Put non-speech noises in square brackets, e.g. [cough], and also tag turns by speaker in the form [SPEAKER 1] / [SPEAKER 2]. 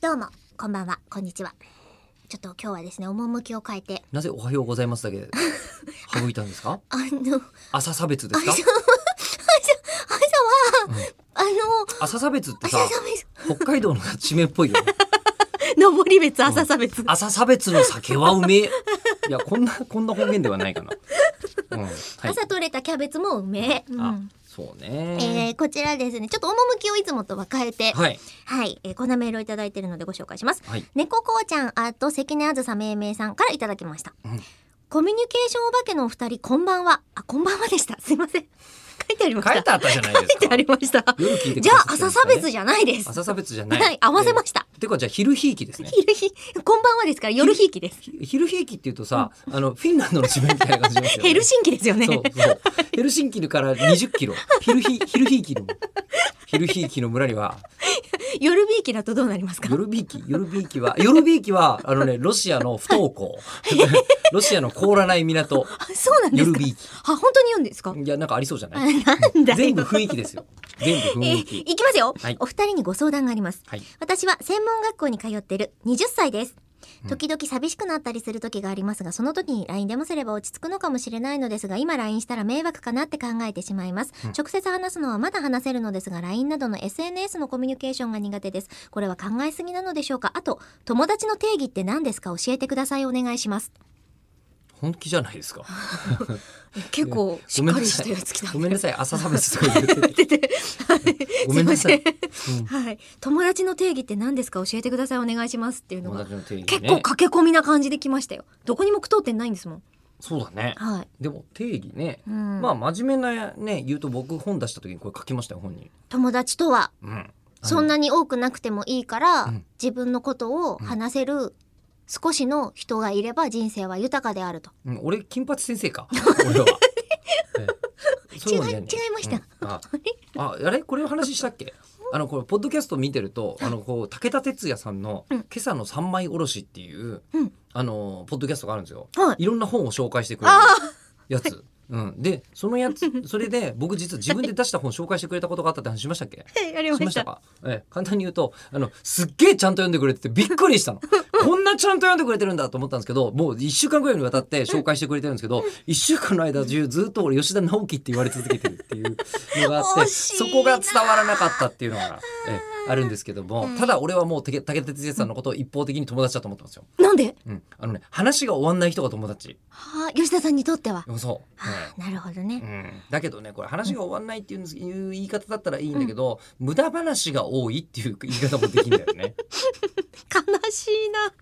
[SPEAKER 1] どうも、こんばんは、こんにちは。ちょっと今日はですね、趣を変えて、
[SPEAKER 2] なぜおはようございますだ
[SPEAKER 1] [laughs]
[SPEAKER 2] け省いたんですか
[SPEAKER 1] あの、
[SPEAKER 2] 朝差別ですか
[SPEAKER 1] 朝朝は、あの、
[SPEAKER 2] 朝差別ってさ
[SPEAKER 1] 朝差別、
[SPEAKER 2] 北海道の地名っぽいよ。
[SPEAKER 1] 登り別、朝差別。
[SPEAKER 2] 朝差別の酒はうめえ。いや、こんな、こんな方言ではないかな。うん。はい。
[SPEAKER 1] 朝取れたキャベツもうめえ。う
[SPEAKER 2] あ
[SPEAKER 1] ん、
[SPEAKER 2] そう
[SPEAKER 1] え
[SPEAKER 2] ね。
[SPEAKER 1] ーこちらですね、ちょっと趣をいつもとは変えて、はい、
[SPEAKER 2] はい。
[SPEAKER 1] えーこんなメールをいただいているのでご紹介します。
[SPEAKER 2] はい。
[SPEAKER 1] 猫こうちゃん、あと関根あずさめいめいさんからいただきました。
[SPEAKER 2] うん
[SPEAKER 1] コミュニケーションお化けのお二人、こんばんは。あ、こんばんはでした。すいません。 [laughs] 書いてありました。
[SPEAKER 2] 書いてあったじゃないですか
[SPEAKER 1] [laughs] 書いてありました。
[SPEAKER 2] 夜聞いてく
[SPEAKER 1] じ
[SPEAKER 2] だ
[SPEAKER 1] ゃ
[SPEAKER 2] さ
[SPEAKER 1] あ、
[SPEAKER 2] って
[SPEAKER 1] 朝
[SPEAKER 2] るんです
[SPEAKER 1] 差
[SPEAKER 2] かね
[SPEAKER 1] 別じゃないです。
[SPEAKER 2] 朝差別じゃない。
[SPEAKER 1] はい、合わせました。
[SPEAKER 2] えー。てか、じゃあ、昼ひい
[SPEAKER 1] [laughs]
[SPEAKER 2] きですね。
[SPEAKER 1] 昼日、こんばんはですから、夜ひいきです。
[SPEAKER 2] 昼ひいきっていうとさ、あの、フィンランドの地名みたいな感じしますよね。
[SPEAKER 1] ヘルシンキですよね。
[SPEAKER 2] そうそう。ヘルシンキから20キロ。昼ひ、昼ひいきの、昼ひいきの村には、
[SPEAKER 1] 夜びいきだとどうなりますか
[SPEAKER 2] ヨルビーキ、ヨルビーキは、ヨルビーキは、あのね、ロシアの不登校。 [laughs] ロシアの凍らない港。
[SPEAKER 1] あそうなんで
[SPEAKER 2] ヨ
[SPEAKER 1] す
[SPEAKER 2] ル
[SPEAKER 1] か。
[SPEAKER 2] ビー
[SPEAKER 1] あ、本当に言うんですか
[SPEAKER 2] キ。いや、なんかありそうじゃ
[SPEAKER 1] あ
[SPEAKER 2] ない
[SPEAKER 1] なんだよ
[SPEAKER 2] 全部雰囲気ですよ。全部
[SPEAKER 1] え
[SPEAKER 2] 雰囲
[SPEAKER 1] ー
[SPEAKER 2] 気。
[SPEAKER 1] いきますよ、
[SPEAKER 2] はい
[SPEAKER 1] お二人にご相談があります。
[SPEAKER 2] はい。
[SPEAKER 1] 私は専門学校に通ってる20歳です。
[SPEAKER 2] うん
[SPEAKER 1] 時々寂しくなったりする時がありますが、その時に LINE でもすれば落ち着くのかもしれないのですが、今 LINE したら迷惑かなって考えてしまいます。
[SPEAKER 2] うん
[SPEAKER 1] 直接話すのはまだ話せるのですが、LINE などの SNS のコミュニケーションが苦手です。これは考えすぎなのでしょうかあと、友達の定義って何ですか教えてください。お願いします。
[SPEAKER 2] 本気じゃないですか。
[SPEAKER 1] 結構し
[SPEAKER 2] ご
[SPEAKER 1] っ
[SPEAKER 2] めん
[SPEAKER 1] か
[SPEAKER 2] な
[SPEAKER 1] り
[SPEAKER 2] さ
[SPEAKER 1] し
[SPEAKER 2] い
[SPEAKER 1] たやつ来た。
[SPEAKER 2] ごめんなさい。朝差別とか言ってて。
[SPEAKER 1] 出て
[SPEAKER 2] ごめんなさい
[SPEAKER 1] [laughs] すいません
[SPEAKER 2] うん
[SPEAKER 1] はい。友達の定義って何ですか教えてください。お願いします。っていうの
[SPEAKER 2] 友
[SPEAKER 1] が。
[SPEAKER 2] 達の定義
[SPEAKER 1] 結構
[SPEAKER 2] ね。
[SPEAKER 1] 駆け込みな感じで来ましたよ。どこにも句読点ないんですもん。
[SPEAKER 2] そうだね。
[SPEAKER 1] はい。
[SPEAKER 2] でも定義ね。
[SPEAKER 1] うん
[SPEAKER 2] まあ、真面目なね、言うと僕本出した時にこれ書きましたよ、本に。
[SPEAKER 1] 友達とは
[SPEAKER 2] うん。
[SPEAKER 1] そん
[SPEAKER 2] な。
[SPEAKER 1] なに多くなくてもいいから、
[SPEAKER 2] うん
[SPEAKER 1] 自分のことを話せる少しの人がいれば人生は豊かであると。
[SPEAKER 2] うん俺、金八先
[SPEAKER 1] [laughs]
[SPEAKER 2] 生か。俺は。ええそううのね
[SPEAKER 1] 違い違いました
[SPEAKER 2] うんあああれこれお話ししたっけあのこれポッドキャスト見てるとあのこう武田鉄矢さんの「
[SPEAKER 1] うん
[SPEAKER 2] 今朝の三枚おろし」っていう、
[SPEAKER 1] うん
[SPEAKER 2] あのポッドキャストがあるんですよ。
[SPEAKER 1] はい。
[SPEAKER 2] いろんな本を紹介してくれる
[SPEAKER 1] あ
[SPEAKER 2] やつ。うん、でそのやつそれで僕実は自分で出した本紹介してくれたことがあったって話しましたっけ
[SPEAKER 1] あ、はい [laughs] やりま
[SPEAKER 2] し
[SPEAKER 1] し。
[SPEAKER 2] ましたたか、ええ、簡単に言うとあのすっげえちゃんと読んでくれててびっくり
[SPEAKER 1] [laughs]
[SPEAKER 2] したのこんなちゃんと読んでくれてるんだと思ったんですけどもう1週間ぐらいにわたって紹介してくれてるんですけど1週間の間中ずっと俺吉田直樹って言われ続けてるっていうのがあっ
[SPEAKER 1] 惜
[SPEAKER 2] て
[SPEAKER 1] しい
[SPEAKER 2] そ
[SPEAKER 1] な
[SPEAKER 2] こが伝わらなかったっていうのが、ええ、あるんですけども
[SPEAKER 1] うん
[SPEAKER 2] ただ俺はもう武武田鉄矢さんのことを一方的に友達だと思ってますよ。
[SPEAKER 1] なんで？
[SPEAKER 2] うん、あのね話が終わんない人が友達。
[SPEAKER 1] はあ、吉田さんにとっては。
[SPEAKER 2] そう、え
[SPEAKER 1] は
[SPEAKER 2] え
[SPEAKER 1] あ、なるほどね。
[SPEAKER 2] うんだけどねこれ話が終わんないっていうんですいう言い方だったらいいんだけど、無駄話が多いっていう言い方もできるんだよね。
[SPEAKER 1] 悲しいな。